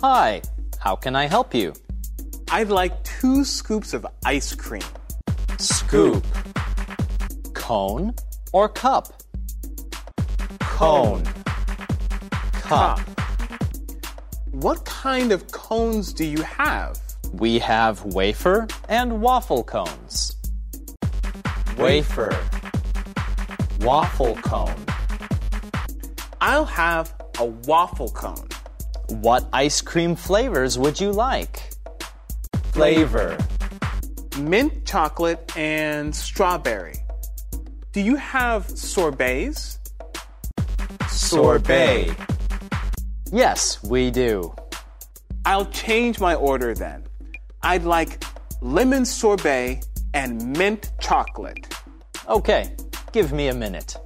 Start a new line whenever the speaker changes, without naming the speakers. Hi, how can I help you?
I'd like two scoops of ice cream.
Scoop. Cone or cup? Cone. Cup.
What kind of cones do you have?
We have wafer and waffle cones. Wafer. Waffle cone.
I'll have a waffle cone.
What ice cream flavors would you like? Flavor.
Mint chocolate and strawberry. Do you have sorbets?
Sorbet. Yes, we do.
I'll change my order then. I'd like lemon sorbet and mint chocolate.
Okay, give me a minute.